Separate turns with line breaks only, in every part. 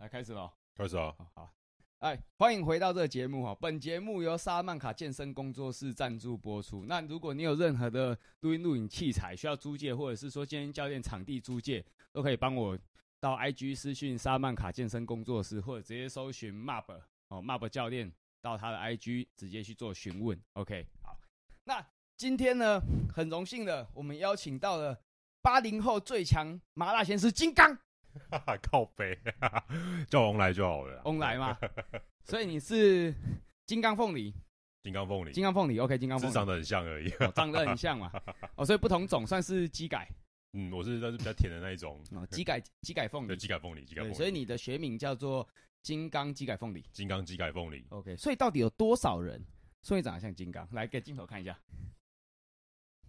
来开始了哦。
开始啊！
好好，哎，欢迎回到这个节目哈、哦。本节目由沙曼卡健身工作室赞助播出。那如果你有任何的录音录影器材需要租借，或者是说健身教练场地租借，都可以帮我到 IG 私讯沙曼卡健身工作室，或者直接搜寻 Mab 哦 Mab 教练到他的 IG 直接去做询问。OK，好，那今天呢，很荣幸的，我们邀请到了八零后最强麻辣鲜师金刚。
哈哈， 靠背，哈哈 叫翁来就好了啦。
翁来嘛， 所以你是金刚凤 梨，
金刚凤梨，
金刚凤梨，OK，金刚凤
只
梨，
长得很像而已。
哦长得很像 嘛，哦，所以不同种算是鸡改
嗯，我是但是比较甜的那一种，
哦，鸡改鸡改凤
对，
梨，
鸡改凤梨，鸡改凤
对，
梨。
所以你的学名叫做金刚鸡改凤梨
金刚鸡改凤梨，
，OK，所以到底有多少人所以长得像金刚？来给镜头看一 下，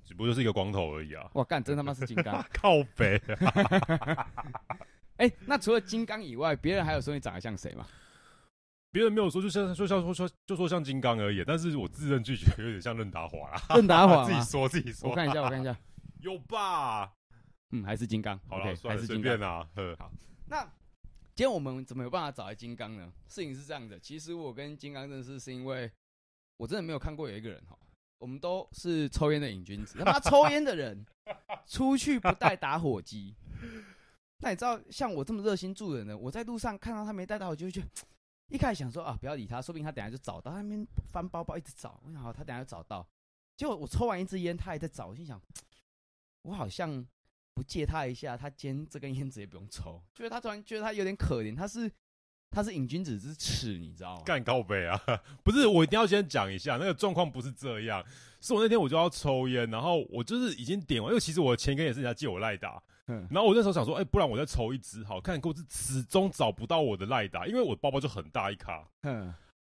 只不过就是一个光头而已啊。
哇，干，真他妈是金 刚！
靠背，
哎、那除了金刚以外，别人还有说你长得像谁 吗？
别人没有说，就像就像说说就说像金刚而已，啊但是我自认拒绝有点像任达华啦。
任达华
自己
吗？
说自己
啊我
说，
看一下，我看一下，
有吧？
嗯，还是金刚
好
，OK，
了，
还
算了，
是
随
金刚
便。啦。呵
那今天我们怎么有办法找来金刚呢？事情是这样的，其实我跟金刚认识是因为我真的没有看过有一个人哈，我们都是抽烟的瘾君子，他妈抽烟的人出去不带打火机。那你知道像我这么热心助人的，我在路上看到他没带打火机，我就觉得一开始想说啊，不要理他，说不定他等下就找到。他那边翻包包一直找，我想好他等下就找到。结果我抽完一支烟，他还在找，我心想，我好像不借他一下，他今天这根烟直接不用抽。觉得他突然觉得他有点可怜，他是他是瘾君子之耻，你知道吗？
干靠背啊！ 不是，我一定要先讲一下，那个状况不是这样，是我那天我就要抽烟，然后我就是已经点完，因为其实我的前一根也是人家借我赖啊打，
嗯
然后我那时候想说，哎、不然我再抽一支，好看，可我是始终找不到我的赖打，因为我包包就很大一卡，
哼，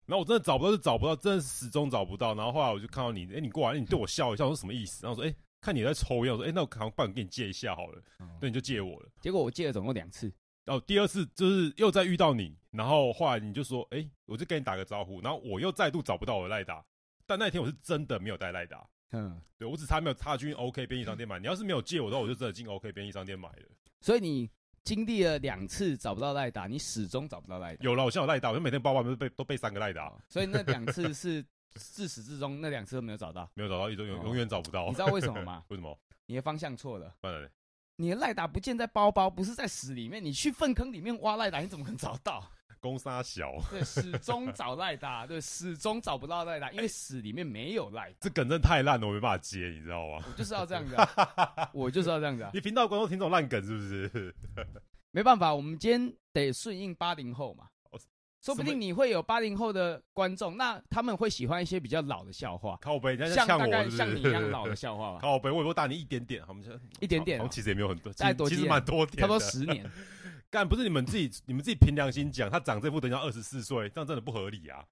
然后我真的找不到就找不到，真的始终找不到，然后后来我就看到你，哎、你过来，你对我笑一下，我说什么意思？然后我说，哎、看你在抽烟，我说，哎、那我可能帮你给你借一下好了，对，你就借我了。
结果我借了总共两次，
然后第二次就是又再遇到你，然后后来你就说，哎、我就跟你打个招呼，然后我又再度找不到我的赖达，但那一天我是真的没有带赖达，
嗯，
对我只差没有差进 OK 便利商店买。你要是没有借我的话，我就真的进 OK 便利商店买了。
所以你经历了两次找不到赖打，你始终找不到赖打。
有了，我现在有赖达，我就每天包包都被都被三个赖啊达，
哦所以那两次是 自始至终那两次都没有找到，
没有找到，一直永
哦
永远找不到。？
你知道为什么吗
为什么？
你的方向错了。
不然呢
你的赖打不见在包包，不是在屎里面。你去粪坑里面挖赖打，你怎么可能找 到？
公沙小，
对，始终找赖打，对，始终找不到赖打，因为屎里面没有赖打。
这梗真的太烂了，我没办法接，你知道吗？
我就是要这样子、啊， 我就是要这样子、啊，
你频道观众听这种烂梗是不是？
没办法，我们今天得顺应八零后嘛
哦。
说不定你会有八零后的观众，那他们会喜欢一些比较老的笑话，
靠背，人家在
像
呛
大
我
概
是不是？
像你一样老 的笑话吧，
靠背，我以为我大你一点点，他们说
一点点哦
好像，其实也没有很多，其
大概多
实其
几
实
点
蛮多点的，
差不多十年。
干不是你们自己，你们自己凭良心讲，他长这副等于二十四岁，这样真的不合理啊！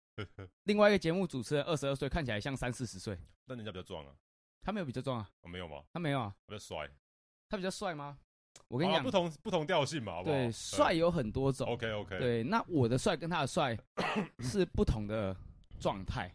另外一个节目主持人二十二岁，看起来像三四十岁，
但人家比较壮啊，
他没有比较壮啊，
哦、没有吗？
他没有啊，
比较帅，
他比较帅吗？我
我
跟你讲
哦不，同不同调性嘛，好不好？
对，帅有很多种，
OK OK，，
对，那我的帅跟他的帅是不同的状态，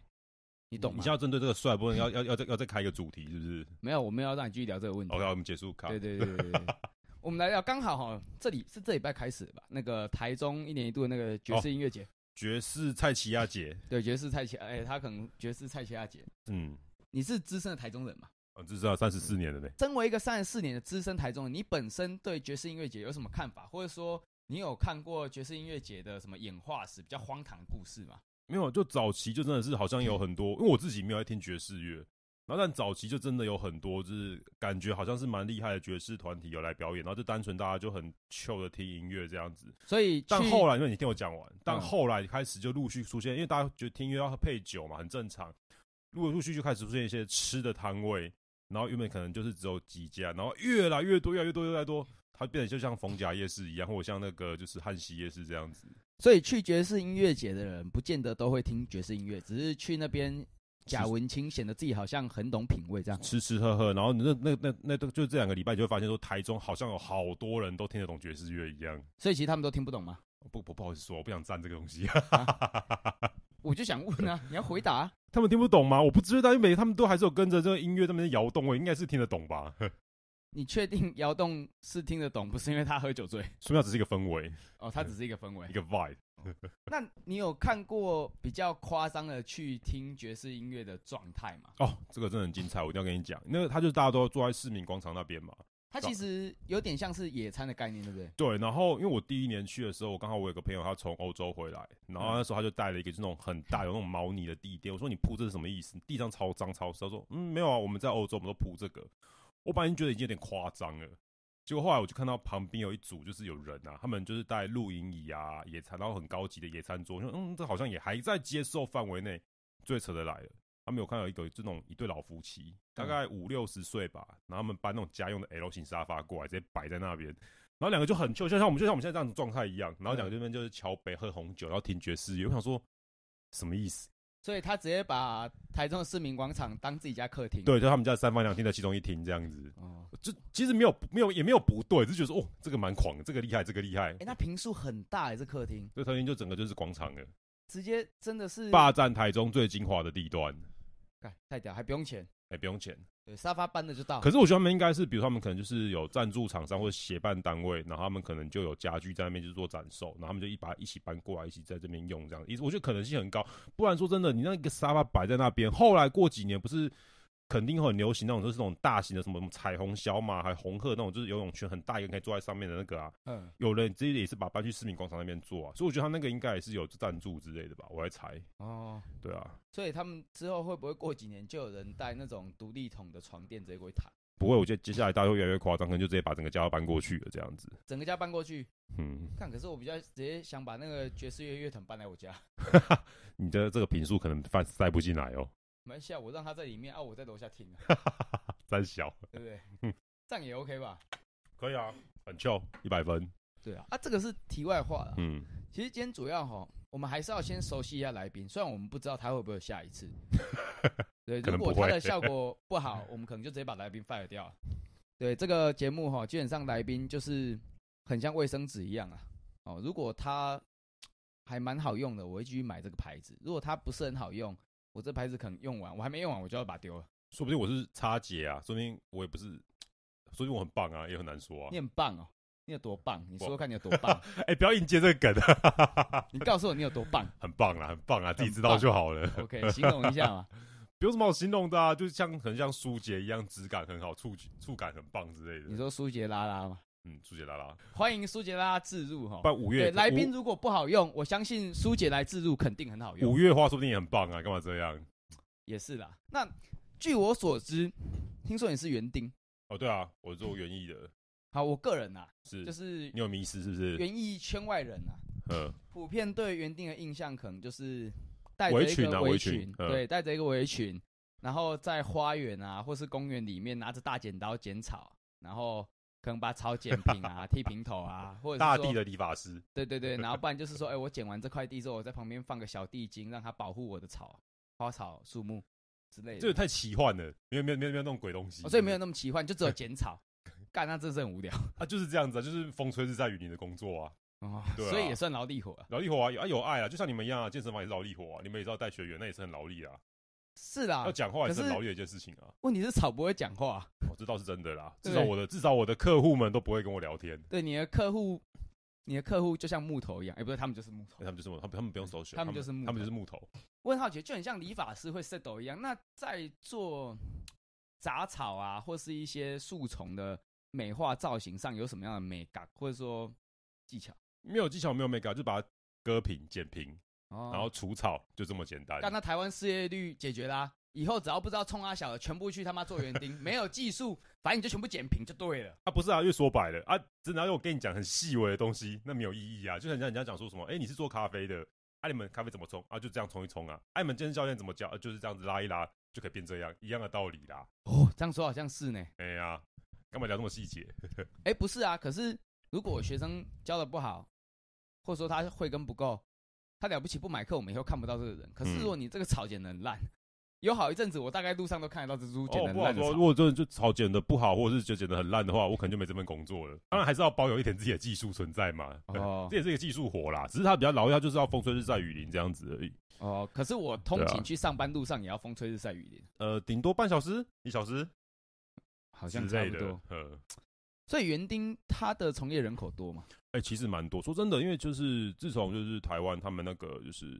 你
你
懂
嗯你
吗
现在？要针对这个帅，不能要要要再要再开一个主题，是不是
没有，我没有要让你继续聊这个问题。
？OK，我们结束卡。
对对对对对 对我们来聊，刚好哈，这里是这礼拜开始吧？那个台中一年一度的那个爵士音乐
哦
节，
爵士蔡奇亚姐，
对爵士蔡奇，哎、他可能爵士蔡奇亚节。
嗯，哦
你是资深的台中人嘛？
我至啊少三十四年了呢。
身为一个三十四年的资深台中人，你本身对爵士音乐节有什么看法，或者说你有看过爵士音乐节的什么演化史比较荒唐的故事吗？
没有，就早期就真的是好像有很
嗯
多，因为我自己没有在听爵士乐，然后但早期就真的有很多，就是感觉好像是蛮厉害的爵士团体有来表演，然后就单纯大家就很 chill 的听音乐这样子。
所以去，
但后来，因为你听我讲完，但
嗯
后来开始就陆续出现，因为大家觉得听音乐要配酒嘛，很正常。陆陆续续开始出现一些吃的摊位，然后原本可能就是只有几家，然后越来越多，越来越多，越来越多，它变得就像逢甲夜市一样，或者像那个就是汉西夜市这样子。
所以去爵士音乐节的人，不见得都会听爵士音乐，只是去那边假文青，显得自己好像很懂品味这样。
吃吃喝喝，然后你那那那那都就这两个礼拜，你就会发现说台中好像有好多人都听得懂爵士乐一样。
所以其实他们都听不懂吗？
不不不好意思说，我不想沾这个东西。啊
我就想问啊，你要回答啊、
他们听不懂吗？我不知道，因为每他们都还是有跟着这个音乐在那边摇动，我应该是听得懂吧？
你确定摇动是听得懂，不是因为他喝酒 醉
说明它只是一个氛围，
哦，它只是一个氛围
一。个 vibe。
那你有看过比较夸张的去听爵士音乐的状态吗？
哦，这个真的很精彩，我一定要跟你讲。那个他就大家都坐在市民广场那边嘛，
它其实有点像是野餐的概念，对不对？
对，然后因为我第一年去的时候，我刚好我有个朋友他从欧洲回来，然后那时候他就带了一个这种很大有那种毛呢的地垫，我说你铺这是什么意思？地上超脏超湿。他说嗯没有啊，我们在欧洲我们都铺这个。我本来就觉得已经有点夸张了，结果后来我就看到旁边有一组就是有人啊，他们就是带露营椅啊、野餐，然后很高级的野餐桌，我说嗯这好像也还在接受范围内，最扯的来了。他们有看到一个这种一对老夫妻，大概五六十岁吧，然后他们搬那种家用的 L 型沙发过来，直接摆在那边，然后两个就很就就像我们就像我们现在这样子状态一样，然后两个这边就是敲杯喝红酒，然后听爵士乐。我想说什么意思？
所以他直接把台中的市民广场当自己家客厅。，
对，就他们家三房两厅的其中一厅这样子，
哦，
就其实没有没有也没有不对，就觉得说哦这个蛮狂的，这个厉害，这个厉害
哎、。那平数很大哎，这客厅
这头厅就整个就是广场了，
直接真的是
霸占台中最精华的地段，
干太屌，还不用钱，
哎、不用钱。
对，沙发搬了就到。
可是我觉得他们应该是，比如说他们可能就是有赞助厂商或者协办单位，然后他们可能就有家具在那边就是做展售，然后他们就一把一起搬过来，一起在这边用这样。意思我觉得可能性很高，不然说真的，你那个沙发摆在那边，后来过几年不是肯定会很流行那种就是那种大型的什么什么彩虹小马，还有红鹤那种，就是游泳圈很大一个可以坐在上面的那个啊，
嗯，
有人直接也是把它搬去市民广场那边做啊，所以我觉得他那个应该也是有赞助之类的吧，我来猜，
哦，
对啊，
所以他们之后会不会过几年就有人带那种独立桶的床垫直接过去躺，
不会，我觉得接下来大家会越来越夸张，可能就直接把整个家都搬过去了这样子，
整个家搬过去？
嗯。
看，可是我比较直接想把那个爵士乐乐团搬来我家。
你的这个频数可能塞塞不进来哦，
没事啊，我让他在里面啊，我在楼下听啊，
三小
对不对？ 这样也 OK 吧？
可以啊，很翘一百分，
对啊，啊，这个是题外话了。
嗯，
其实今天主要哈，我们还是要先熟悉一下来宾，虽然我们不知道他会不会有下一 次。对，
可
如
能
果
不会
他的效果不好， 我们可能就直接把来宾 fire 掉了。对，这个节目哈，基本上来宾就是很像卫生纸一样啊。哦，如果他还蛮好用的，我会继续买这个牌子；如果它不是很好用，我这牌子可能用完，我还没用完，我就要把它丢了。
说不定我是差姐啊，说不定我也不是，说不定我很棒啊，也很难说啊
你。很棒哦，你有多棒？你说说看你有多 棒？
哎、不要硬接这个梗啊，
你告诉我你有多棒
很棒啦，很棒啊，自己知
很
道
棒
就好了，
？OK，形容一下 嘛。
不用什么好形容的啊，就像很像舒洁一样，质感很好，触触感很棒之类
你
的。
说苏杰拉拉嘛？
嗯，舒洁啦啦，
欢迎苏杰拉拉自入哈
不。然五
对，
月
来
五
宾如果不好用，我相信苏姐来自入肯定很好用。
五月花说不定也很棒啊，干嘛这样？
也是啦。那据我所知，听说你是园丁。
哦，对啊，我做园艺的，
好，我个人啊，
是、
就是
你有迷失是不是？
园艺圈外人啊，
嗯，
普遍对园丁的印象可能就是带着
围
一
裙
个
啊
围
围裙
裙，
嗯
对，带着一个围裙，然后在花园啊或是公园里面拿着大剪刀剪草，然后可能把草剪平 啊、剃平头啊，或者是
大
说
地的理发师，
对对 对，然后不然就是说，哎、我剪完这块地之后，我在旁边放个小地精，让它保护我的草、花草、树木之类
这个
的。
太奇幻了，没有没有没有没有那种鬼东西，
哦、所以没有那么奇幻，就只有剪 草。干，那真是很无聊
啊，就是这样子啊，就是风吹日晒雨淋的工作啊。
哦，
对啊
所以也算劳力活啊。
劳力活啊，有啊有爱啊，就像你们一样啊，健身房也是劳力活啊，你们也知道带学员，那也是很劳力啊，
是啦
要，讲话也是
可
很
是
劳力的一件事情啊。
问题是草不会讲话啊、
哦，这倒是真的啦，
对
至少我的至少我的客户们都不会跟我聊天，
对你的客户，你的客户就像木头一样，哎、不对，他们就是木头
他。们就是木他们他们不用首选，
他们就是木头
他们就是木头，
我很好奇，就很像理发师会 set 斗一样，那在做杂草啊，或是一些树丛的美化造型上，有什么样的美感，或者说技巧？
没有技巧，没有 make 就把它割平、剪平，
哦
然后除草，就这么简单。
但那台湾失业率解决啦、以后只要不知道冲啊小的，全部去他妈做园 丁，没有技术，反正你就全部捡平就对了。
啊，不是啊，越说白了啊，真的要我跟你讲很细微的东西，那没有意义啊。就很像人家讲说什么，哎、你是做咖啡的，啊，你们咖啡怎么冲啊？就这样冲一冲啊。啊，你们健身教练怎么教、啊？就是这样子拉一拉就可以变这样，一样的道理啦。
哦，这样说好像是呢。
哎呀、干嘛聊这么细节？
哎、不是啊，可是如果学生教的不好，或者说他慧根不够，他了不起不买课，我们以后看不到这个人。可是
嗯
如果你这个草剪的很烂，有好一阵子，我大概路上都看得到这株剪
哦
的，
不
很
好
烂的
说。
草。
如果真的就草剪的不好，或者是就剪的很烂的话，我可能就没这份工作了。当然还是要保有一点自己的技术存在嘛。
哦
这也是一个技术活啦，只是它比较劳力，它就是要风吹日晒雨淋这样子而已。
哦，可是我通
对啊
勤去上班路上也要风吹日晒雨淋。
呃，顶多半小时、一小时，
好
之
像差
类
不
的
多。。
呃，
所以园丁他的从业人口多嘛？
哎、其实蛮多。说真的，因为就是自从就是台湾他们那个就是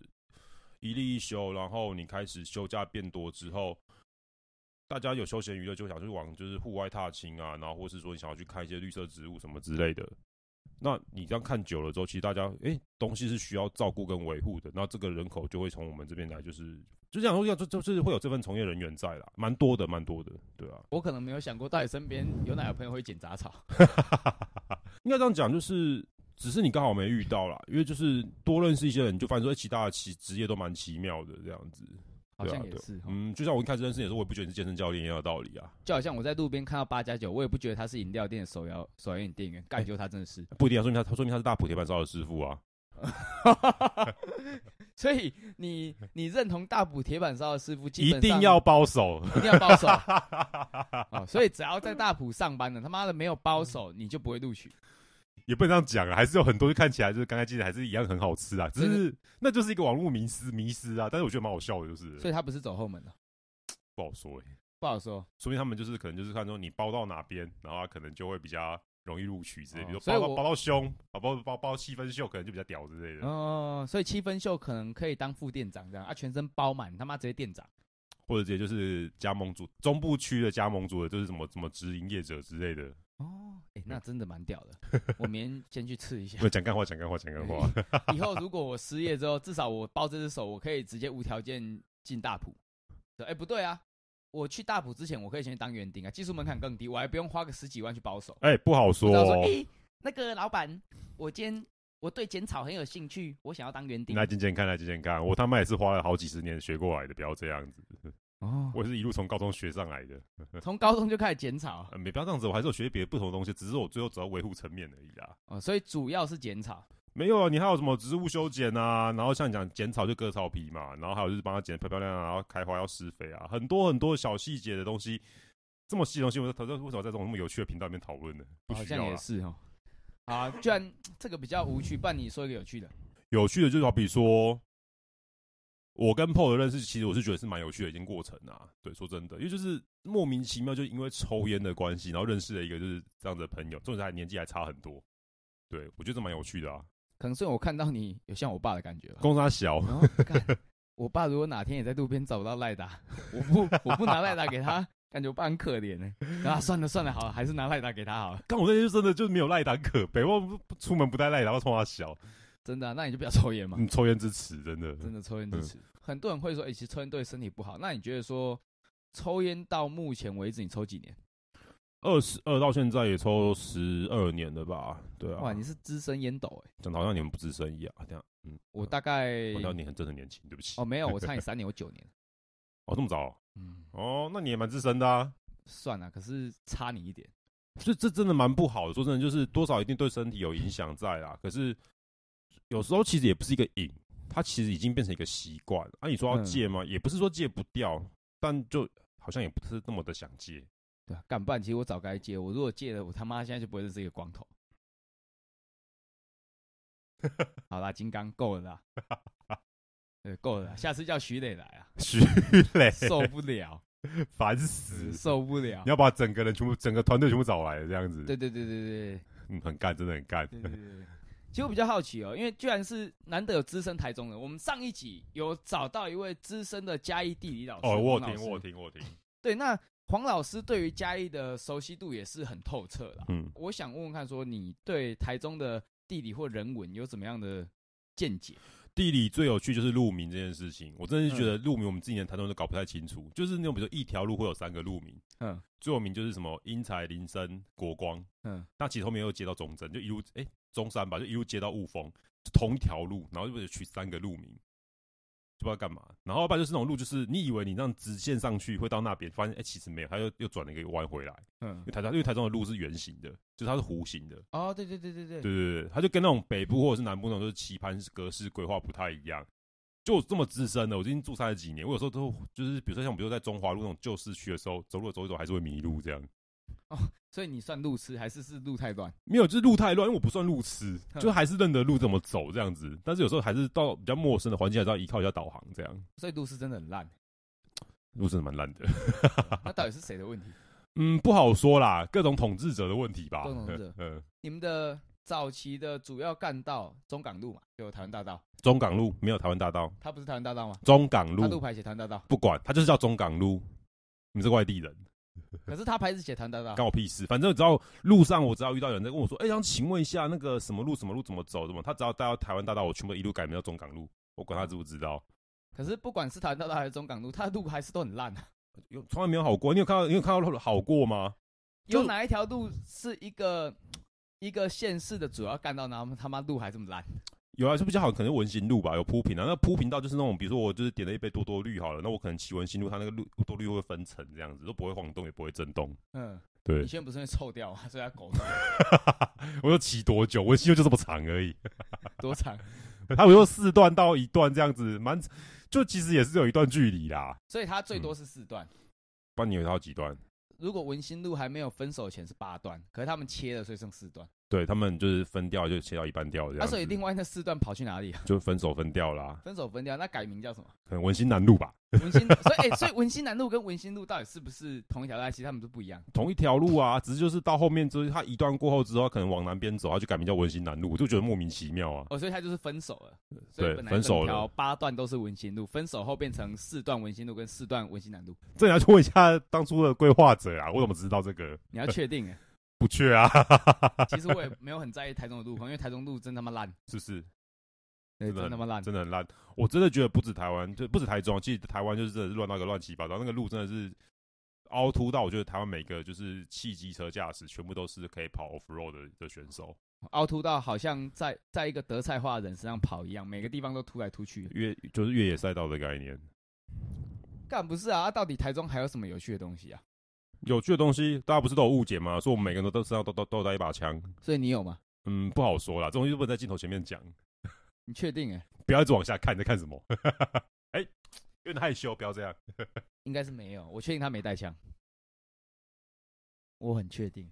一例一休，然后你开始休假变多之后，大家有休闲娱乐就想去往就是户外踏青啊，然后或是说你想要去看一些绿色植物什么之类的。那你这样看久了之后，其实大家哎、东西是需要照顾跟维护的，那这个人口就会从我们这边来、就是，就这样说要就就是会有这份从业人员在啦，蛮多的，蛮多的，对啊。
我可能没有想过，到底身边有哪个朋友会捡杂草？
应该这样讲，就是只是你刚好没遇到啦，因为就是多认识一些人，你就发现说，哎其他的奇职业都蛮奇妙的这样子。
好
对啊
像也
对
是，嗯，
嗯，就像我一开始认识你的时候，我也不觉得你是健身教练一样的道理啊，
就好像我在路边看到八加九，我也不觉得他是饮料店的手摇手摇饮店员， 干就他真的是。
不一定啊，说明他说明他是大埔铁板烧的师傅啊。
所以你你认同大补铁板烧的师傅，基
一
本上
定要包手，
一定要包手哦，所以只要在大埔上班的，他妈的没有包手，
嗯
你就不会录取。
也不能这样讲啊，还是有很多就看起来就是刚才记得还是一样很好吃啊，只
真
是那就是一个网络迷失迷失啊，但是我觉得蛮好笑的，就是
所以他不是走后门的，
不好说哎、
不好说。
说明他们就是可能就是看说你包到哪边，然后他可能就会比较容易录取之类，
哦
比如
所
说
以
包到
我
包到胸，啊包包包七分袖，可能就比较屌之类的，
哦，所以七分袖可能可以当副店长这样啊，全身包满，他妈直接店长。
或者直接就是加盟组中部区的加盟组的，就是什么什么直营业者之类的，
哦，哎、那真的蛮屌的。我明天先去吃一下
不。讲干话，讲干话， 讲干
嗯
话，
以后如果我失业之后，至少我抱这只手，我可以直接无条件进大埔。哎、诶不对啊，我去大埔之前，我可以先去当园丁啊，技术门槛更低，我还不用花个十几万去包手。
哎、不好说
然后说，
哦
哎、，那个老板，我今天我对剪草很有兴趣，我想要当园丁。
来健健看，来健健看，我他妈也是花了好几十年学过来的，不要这样子，
哦，
我也是一路从高中学上来的，
从高中就开始剪草
呃，没不要这样子，我还是有学别的不同的东西，只是我最后只要维护层面而已啦。
哦，所以主要是剪草。
没有啊，你还有什么植物修剪啊？然后像你讲剪草就割草皮嘛，然后还有就是帮它剪得漂漂亮亮，然后开花要施肥啊，很多很多小细节的东西。这么细的东西，我在讨论为什么在这种那么有趣的频道里面讨论呢？不
好
需
像
要
也
啦。
是哦。好啊，居然这个比较无趣，不然你说一个有趣的。
有趣的就是好比说，我跟 PO 的认识，其实我是觉得是蛮有趣的一件过程啊。对，说真的，因为就是莫名其妙就因为抽烟的关系，然后认识了一个就是这样子的朋友，重点是还年纪还差很多。对，我觉得这蛮有趣的啊。
可能是因为我看到你有像我爸的感觉吧。哦
公差小，
然后干，我爸如果哪天也在路边找不到赖达，我不我不拿赖达给他，感觉我爸很可怜呢、啊，算了算了，好了，还是拿赖达给他好了。
刚我那天就真的就没有赖胆可悲，我不不出门不带赖胆，然后冲他小，
真的啊、那你就不要抽烟嘛。
嗯，抽烟之耻，真的，
真的抽烟支持。很多人会说，哎、其实抽烟对身体不好。那你觉得说，抽烟到目前为止你抽几年？
二十二到现在也抽十二年了吧？对啊，
哇，你是资深烟斗哎、
讲的好像你们不吱声一样，这样，嗯，
我大概
我知道你很真的年轻，对不起，
哦没有，我 差你三年，我九年。
哦，这么早，
嗯，
哦，那你也蛮资深的啊，
算了，可是差你一点。
这这真的蛮不好的，说真的，就是多少一定对身体有影响在啦，可是有时候其实也不是一个瘾，它其实已经变成一个习惯，啊，你说
嗯
要戒吗？也不是说戒不掉，但就好像也不是那么的想 戒。
对啊，干办，其实我早该戒。我如果戒了，我他妈现在就不会是这个光头。好啦，金刚够了啦， 对，够了啦，下次叫徐磊来啊，
徐磊，
受不 了，
烦死！
受不了
你。要把整个人全部、整个团队全部找来，这样子，
对对对对
嗯，很干，真的很干。
对对对对 对。其实我比较好奇哦，因为居然是难得有资深台中人，我们上一集有找到一位资深的嘉义地理老师，
哦，我有
黄老
听，
师
我有听，我 有听。
对，那黄老师对于嘉义的熟悉度也是很透彻啦。
嗯，
我想问问看，说你对台中的地理或人文有怎么样的见解？
地理最有趣就是路名这件事情，我真的是
嗯
觉得路名我们之前谈论都搞不太清楚，就是那种比如说一条路会有三个路名，
嗯
最有名就是什么英才、林森、国光，
嗯，
那其实后面又接到中正，就一路哎、中山吧，就一路接到雾峰，就同一条路，然后就取三个路名，就不知道干嘛。然后要不然就是那种路，就是你以为你这样直线上去会到那边，发现哎、其实没有，它又又转了一个弯回来。
嗯
因为，台中因为台中的路是圆形的，就是它是弧形的，
哦，对对对对对，
对对对，它就跟那种北部或者是南部那种就是棋盘格式规划不太一样。就我这么资深的，我已经住三十几年，我有时候都就是比如说像我们就在中华路那种旧市区的时候，走路走一走还是会迷路这样。
所以你算路痴还是是路太乱？
没有，就是路太乱，因为我不算路痴，
哼
就还是认得路怎么走这样子。但是有时候还是到比较陌生的环境，还是要依靠一下导航这样。
所以路痴真的很烂，
路真的蛮烂的，
那到底是谁的问题？
嗯，不好说啦，各种统治者的问题吧。
各种统治者
嗯，嗯
你们的早期的主要干道中港路嘛，就台湾大道，
中港路没有台湾大道，
它不是台湾大道吗？
中港
它路
路
牌写台湾大 道，
不管，它就是叫中港路。你是外地人，
可是它牌子写台湾大道。
干我屁事。反正只要路上我只要遇到有人在问我说：“哎、想请问一下那个什么路什么路怎么走？”怎么？他只要带到台湾大道，我全部一路改名叫中港路，我管他知不知道。
可是不管是台湾大道还是中港路，它的路还是都很烂啊。
有从来没有好过。你有看到你有看到好过吗？就
有哪一条路是一个一个县市的主要干道，然后他妈路还这么烂？
有啊，是比较好，可能是文心路吧，有铺平啊。那铺平道就是那种，比如说我就是点了一杯多多绿好了，那我可能骑文心路，它那个路多绿会分层这样子，都不会晃动，也不会震动。
嗯，
对
以，前不是会臭掉啊 吗？所以它狗屎
我说骑多久？文心路就这么长而已，
多长？
它有时候四段到一段这样子，蛮就其实也是有一段距离啦。
所以它最多是四段。
不然你有到几段？
如果文心路还没有分手前是八段，可是他们切了，所以剩四段。
对他们就是分掉，就切到一半掉这样
啊，
子。
所以另外那四段跑去哪里啊？
就分手分掉啦，
分手分掉，那改名叫什么？
可能文心南路吧，
文心， 所以、欸所以文心南路跟文心路到底是不是同一条路？其实他们都不一样。
同一条路啊，只是就是到后面之后，它一段过后之后，它可能往南边走，它就改名叫文心南路，我就觉得莫名其妙啊。
哦，所以他就是分手了。所以
对
本来
分手
整条
了
八段都是文心路，分手后变成四段文心路跟四段文心南路。
这你要去问一下当初的规划者啊，我怎么知道这个？
你要确 定欸，
不缺啊，
其实我也没有很在意台中的路况，因为台中路真他妈烂，
是不是？
对，
真的
真他妈烂。
真的很烂。我真的觉得不止台湾，就不止台中，啊其实台湾就是真的是乱到一个乱七八糟，那个路真的是凹凸到，我觉得台湾每个就是汽机车驾驶全部都是可以跑 off road 的的选手，
凹凸到好像在在一个德菜化的人身上跑一样，每个地方都突来突去。
越就是越野赛道的概念。
干不是啊？啊到底台中还有什么有趣的东西啊？
有趣的东西，大家不是都有误解吗？说我们每个人都都身上都都都有带一把枪，
所以你有吗？
嗯，不好说啦，这种东西就不能在镜头前面讲，
你确定？哎，
不要一直往下看，你在看什么？ 哎、有点害羞，不要这样。
应该是没有，我确定他没带枪，我很确定，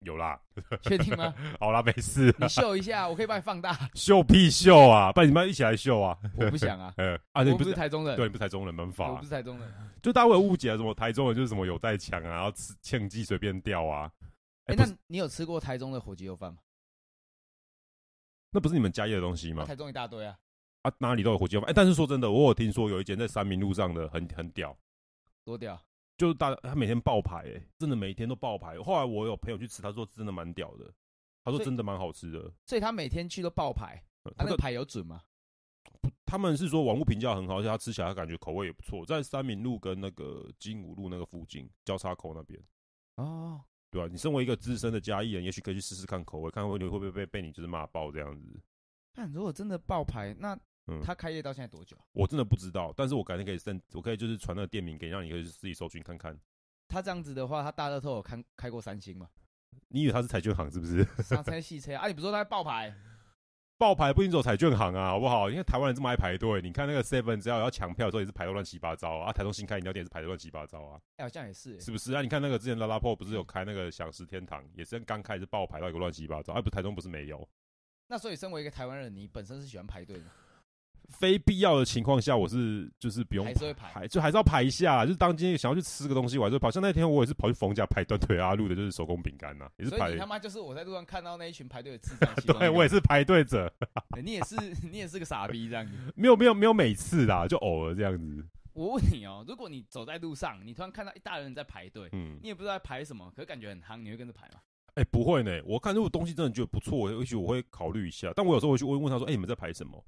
有啦，
确定 吗？
好啦，没事啦
你秀一下，我可以帮你放大。
秀屁秀啊！不然你们要一起来秀啊！
我不想 啊，
呃啊，你
我
不
不
是
是哎台中人，
对，你不是台中人，蛮
我
法
不是。台中人。
就大家会有误解啊，什么台中人就是什么有带枪啊，然后吃庆忌随便掉啊。
哎，
哎、不
那
是
你有吃过台中的火鸡肉饭吗？
那不是你们家业的东西
啊
吗？
台中一大堆啊，
啊，哪里都有火鸡肉饭。哎、但是说真的，我有听说有一间在三民路上的很很屌，
多屌！
就是大他每天爆牌、哎，真的每天都爆牌。后来我有朋友去吃，他说真的蛮屌的，他说
所以
真的蛮好吃的。
所以他每天去都爆牌，
呃
他
他
那个
的
牌有准吗？
他们是说网络评价很好，而且他吃起来他感觉口味也不错，在三民路跟那个金武路那个附近交叉口那边，
哦，
对吧、啊你身为一个资深的嘉义人，也许可以去试试看口味，看会你会不会被被你就是骂爆这样子。
那如果真的爆牌，那
嗯
他开业到现在多久？
我真的不知道，但是我改天可以 send，我可以就是传那个店名给你，让你可以自己搜寻看看。
他这样子的话，他大乐透有开开过三星 吗？
你以为他是彩券行是不是？
上车细车啊！你不是说他在爆牌？
爆牌不一定走彩券行啊，好不好？因为台湾人这么爱排队，你看那个 Seven 只要要抢票的时候也是排到乱七八糟啊，啊台中新开饮料店也是排的乱七八糟啊，
哎、好像也是、欸，
是不是？啊，你看那个之前拉拉破不是有开那个享食天堂，也是刚开是爆排到一个乱七八糟，啊，不是台中不是没有，
那所以身为一个台湾人，你本身是喜欢排队的，
非必要的情况下，我是就是不用
还是会排
就还是要排一下啦。就是当今天想要去吃个东西，我还是会跑。像那天我也是跑去冯家排断腿阿路的，就是手工饼干呐，也是
所以
排
你。他妈就是我在路上看到那一群排队的智障其中一个。
对，我也是排队者，
欸你也是，你也是个傻逼这样子。
没有没有没有每次啦，就偶尔这样子。
我问你哦，如果你走在路上，你突然看到一大堆人在排队，
嗯，
你也不知道在排什么，可是感觉很夯，你会跟着排吗？
哎、不会呢。我看如果东西真的觉得不错，也许我会考虑一下。但我有时候会去问问他说：“哎、你们在排什么？”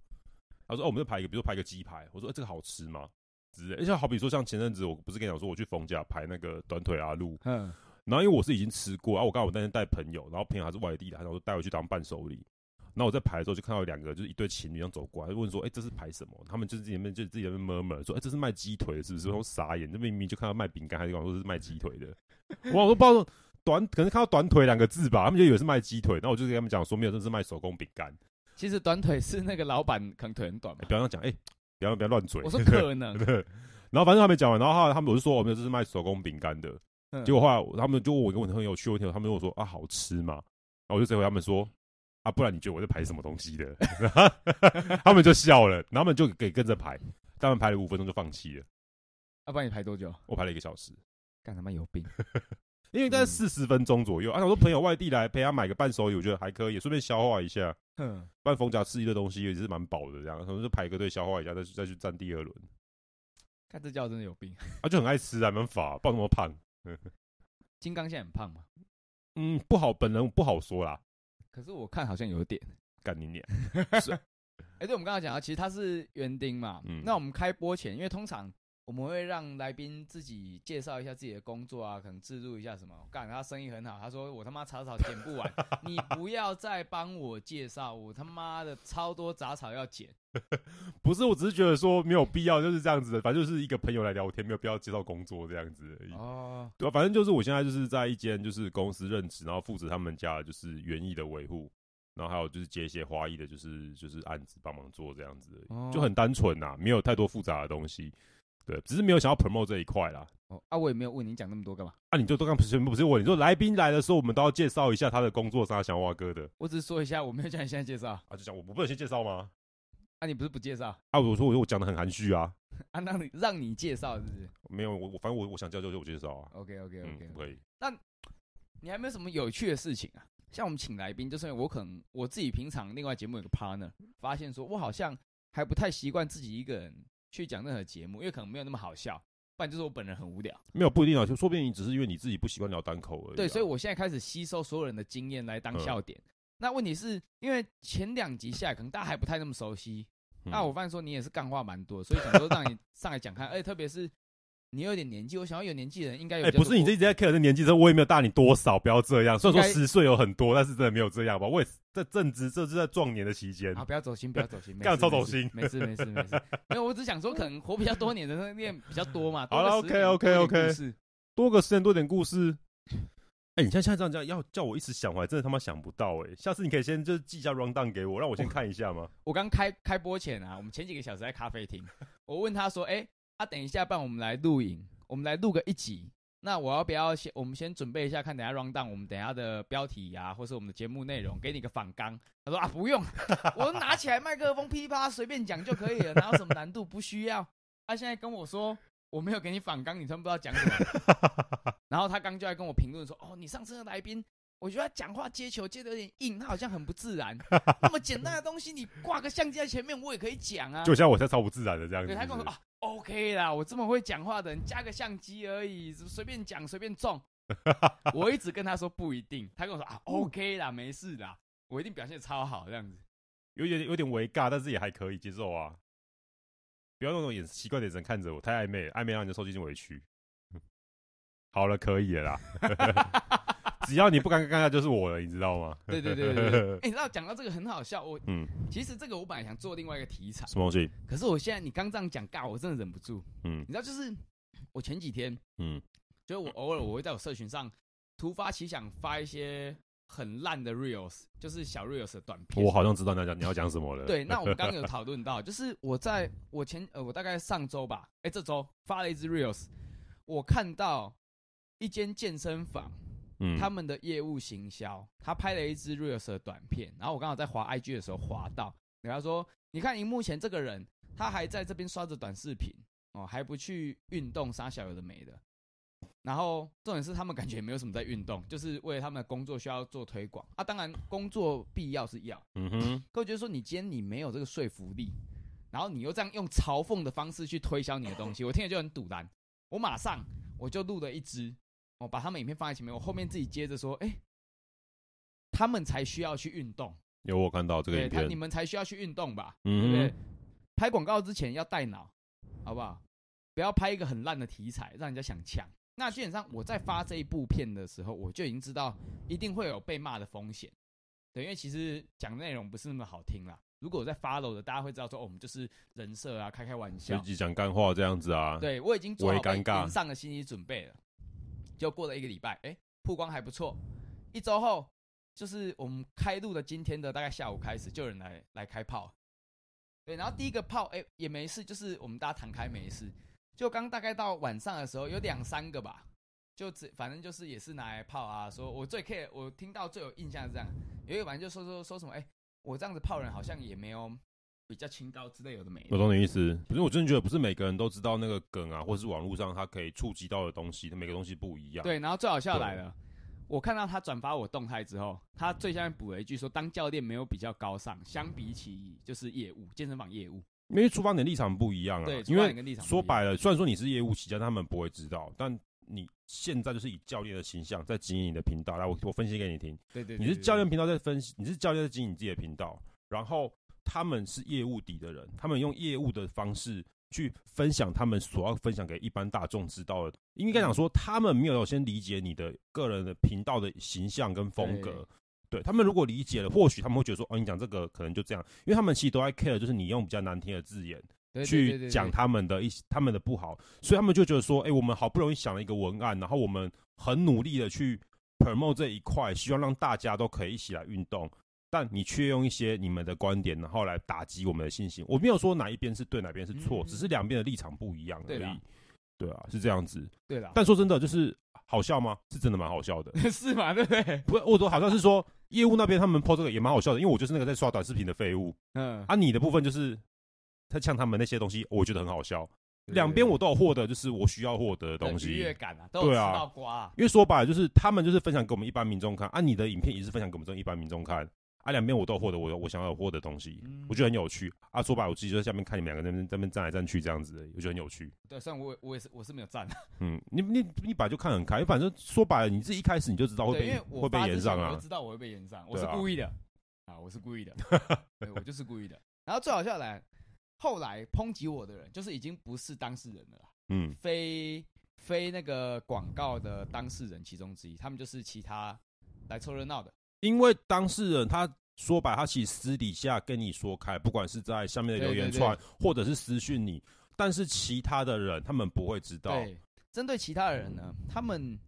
他说：“哦，我们在排一个，比如说排一个鸡排。”我说：“哎、这个好吃吗？”之类。而且好比说，像前阵子我不是跟你讲说我去冯家排那个短腿阿路，
嗯，
然后因为我是已经吃过，然、啊、后我刚好我那天带朋友，然后朋友还是外地的，然后我就带回去当伴手礼。然后我在排的时候就看到有两个就是一对情侣这样走过来，就问说：“哎、这是排什么？”他们就是自己在那边就自己在那边 murmur 说：“哎、这是卖鸡腿的，是不是？”我傻眼，那明明就看到卖饼干，还是跟我说是卖鸡腿的。我我都不知道短，可能看到短腿两个字吧，他们就以为是卖鸡腿。然后我就跟他们讲说：“没有，这是卖手工饼干。
其实短腿是那个老板可能腿很短
哎
嘛。
不要这样讲，哎、不要不要乱嘴。
我说可 能，
然后反正他没讲完，然后他他们我就说我哦们这是卖手工饼干的，
嗯
结果后来我他们就问我一个问题很有趣的问题，他们问我说啊好吃吗？然后我就直接回他们说啊不然你觉得我在排什么东西的？ 他们就笑了，然后他们就给跟着排，他们排了五分钟就放弃了，
啊要不然你排多久？
我排了一个小时，
干他妈有病，
因为大概
嗯
四十分钟左右。啊，我说朋友外地来陪他买个伴手礼，我觉得还可以，顺便消化一下。
哼，
不然逢甲吃一堆东西也是蛮饱的，这样，可能就排个队消化一下，再去再去站第二轮。
看这叫真的有病。
啊，就很爱吃啊，没办法、不然那么胖。
金刚现在很胖嘛，
嗯，不好，本人不好说啦，
可是我看好像有点。
干你脸。
哎、对我们刚刚讲到，其实他是园丁嘛。
嗯
那我们开播前，因为通常我们会让来宾自己介绍一下自己的工作啊，可能自入一下什么。干，他生意很好，他说我他妈杂草剪不完，你不要再帮我介绍，我他妈的超多杂草要剪。
不是，我只是觉得说没有必要，就是这样子的，反正就是一个朋友来聊天，没有必要介绍工作这样子而已。
哦，
对啊，反正就是我现在就是在一间就是公司任职，然后负责他们家的就是园艺的维护，然后还有就是接一些花艺的，就是就是案子帮忙做这样子而已，
哦
就很单纯呐，没有太多复杂的东西。对，只是没有想要 promote 这一块啦。
哦啊，我也没有问你讲那么多干嘛，
啊，你就都刚不是不是我，你说来宾来的时候，我们都要介绍一下他的工作是他想挖哥的
我只是说一下，我没有叫你现在介绍。
啊，就讲我我不能先介绍吗？
啊，你不是不介绍
啊，我说我我讲的很含蓄啊，
啊？让你让你介绍是不是
没有我我反正我我想介绍就我介绍啊，
？OK OK
嗯
OK，、，
可以，
你还没有什么有趣的事情啊？像我们请来宾，就是因为我可能我自己平常另外节目有个 partner，发现说我好像还不太习惯自己一个人去讲任何节目，因为可能没有那么好笑，不然就是我本人很无聊。
没有不一定啊，就说不定你只是因为你自己不习惯聊单口而已啊、
对，所以我现在开始吸收所有人的经验来当
嗯
笑点。那问题是因为前两集下来，可能大家还不太那么熟悉，
嗯
啊那我发现说你也是干话蛮多，所以想说让你上来讲看，而哎且特别是你有点年纪，我想要有年纪的人应该有
哎、
比较
不
多。
是你这一直在 care 的年纪，这我也没有大你多少，不要这样。虽然
应
说
该
十岁有很多，但是真的没有这样吧？我也是在正值这是在壮年的期间
啊，，不要走心，不要走心，没
干
事
超走心
没事没事没事，没有，我只想说，可能活比较多年的人念比较多嘛。
好了
多个十年
OK，OK，
多一点
OK
故事
多个时间多点故事。哎、你像现在这样讲，要叫我一时想，我还真的他妈想不到哎、下次你可以先就是记一下 round down 给我，让我先看一下吗？
我刚开开播前啊，我们前几个小时在咖啡厅，我问他说：“哎、啊，等一下，帮我们来录影，我们来录个一集。那我要不要先，我们先准备一下，看等一下 round down 我们等一下的标题呀、或是我们的节目内容，给你个反纲。”他说：“啊，不用，我拿起来麦克风噼啪随便讲就可以了，哪有什么难度？不需要。”他现在跟我说。我没有给你反纲，你真不知道讲什么。然后他刚就在跟我评论说：“哦，你上次的来宾，我觉得他讲话接球接的有点硬，他好像很不自然。那么简单的东西，你挂个相机在前面，我也可以讲啊。
就像我现在超不自然的这样子。
对，他跟我说
是不是
啊，OK 啦，我这么会讲话的人，加个相机而已，随便讲随便 中。我一直跟他说不一定，他跟我说啊，OK 啦，没事啦，我一定表现得超好这样子。
有点有点微尬，但是也还可以接受啊。不要用那种眼奇怪的眼神看着我，太暧昧了，暧昧让人家受尽委屈。 好了，可以了啦， 只要你不尴尬，尴尬就是我了，你知道吗？
对对对对对。 哎、你知道讲到这个很好笑，我
嗯，
其实这个我本来想做另外一个题材，
什么东西？
可是我现在你刚这样讲尬，我真的忍不住。
嗯
你知道，就是我前几天
嗯
就是我偶尔我会在我社群上突发奇想发一些很烂的 reels，就是小 reels 的短片。
我好像知道你要讲你要讲什么 了。
对，那我们刚刚有讨论到，就是我在我前呃，我大概上周吧，哎、这周发了一支 reels，我看到一间健身房
嗯
他们的业务行销，他拍了一支 reels 的短片，然后我刚好在滑 IG 的时候滑到，然后他说，你看荧幕前这个人，他还在这边刷着短视频哦，还不去运动，杀小有的没的。然后重点是他们感觉也没有什么在运动，就是为了他们的工作需要做推广啊。当然，工作必要是要，
嗯哼，
各位就是说，你今天你没有这个说服力，然后你又这样用嘲讽的方式去推销你的东西，我听了就很堵然。我马上我就录了一支，我把他们影片放在前面，我后面自己接着说，哎、他们才需要去运动，
有我看到这个
对
影
他
片
你，们才需要去运动吧，对不
嗯
对？
哼，
拍广告之前要带脑，好不好？不要拍一个很烂的题材，让人家想抢。那基本上我在发这一部片的时候，我就已经知道一定会有被骂的风险，对，因为其实讲内容不是那么好听啦。如果我在 follow 的，大家会知道说，哦，我们就是人设啊，开开玩
随
笑。
机讲干话这样子啊。，
对我已经做好
微尴尬
被上的心理准备了。就过了一个礼拜，哎，曝光还不错。一周后，就是我们开录的今天的大概下午开始，就有人来来开炮。对，然后第一个炮，哎，也没事，就是我们大家谈开没事。就刚大概到晚上的时候，有两三个吧，就只反正就是也是拿来泡啊。说我最 care，我听到最有印象是这样，有一个晚上就说说说什么，哎，我这样子泡人好像也没有比较清高之类有的没
我
的。
懂你意思，可是我真的觉得不是每个人都知道那个梗啊，或是网络上他可以触及到的东西，每个东西不一样。，
对，然后最好笑来了，我看到他转发我动态之后，他最下面补了一句说，当教练没有比较高尚，相比起就是业务，健身房业务，
因为出发点的立场不一样啊。
对，
因
出发
为
点跟立场不一
说
样
白了，虽然说你是业务起家，他们不会知道，但你现在就是以教练的形象在经营你的频道。来，我我分析给你听，
对对，对
你是
对
教
对
练频道在分析，你是教练在经营你自己的频道，然后他们是业务底的人，他们用业务的方式去分享他们所要分享给一般大众知道的。应
嗯
该讲说，他们没有先理解你的个人的频道的形象跟风格。对他们如果理解了，或许他们会觉得说，哦，你讲这个可能就这样，因为他们其实都在 care，就是你用比较难听的字眼。
对对对
去
对
讲
对
他们的一些他们的不好，所以他们就觉得说，哎、我们好不容易想了一个文案，然后我们很努力的去 promote 这一块，希望让大家都可以一起来运动，但你却用一些你们的观点，然后来打击我们的信心。我没有说哪一边是对，哪边是错，
嗯
只是两边的立场不一样而
对啦
已。对啊，是这样子。
对了，
但说真的，就是好笑吗？是真的蛮好 笑的。
是嘛，对不对？
不，我都好像是说业务那边他们 PO 这个也蛮好笑的，因为我就是那个在刷短视频的废物
嗯，
啊。你的部分就是他呛他们那些东西，我觉得很好笑。
对
两边我都有获得，就是我需要获得的
对
东
愉
西
悦。感啊，都有吃
对啊
到瓜啊，
因为说白了，就是他们就是分享给我们一般民众看，啊，你的影片也是分享给我们这种一般民众看，啊，两边我都有获得我我想要有获得的东西，
嗯
我觉得很有趣啊。说白了，我自己就在下面看你们两个在那边在那边站来站去这样子而已，我觉得很有趣。
对，虽然我也我也是我是没有赞，
嗯，你你你本来就看很开，反正说白了，你自己一开始你就知道会
对，因
被
为我
会被
发之
延
前
上
我
啊
就。知道我会被延上，我是
对啊
故意的啊，我是故意的，对，我就是故意的。然后最好笑的来，后来抨击我的人，就是已经不是当事人了啦，
嗯，
非非那个广告的当事人其中之一，他们就是其他来凑热闹的。
因为当事人他说白了，他其实私底下跟你说开，不管是在下面的留言
对对对
串，或者是私讯你，但是其他的人他们不会知道。
对，针对其他人呢，他们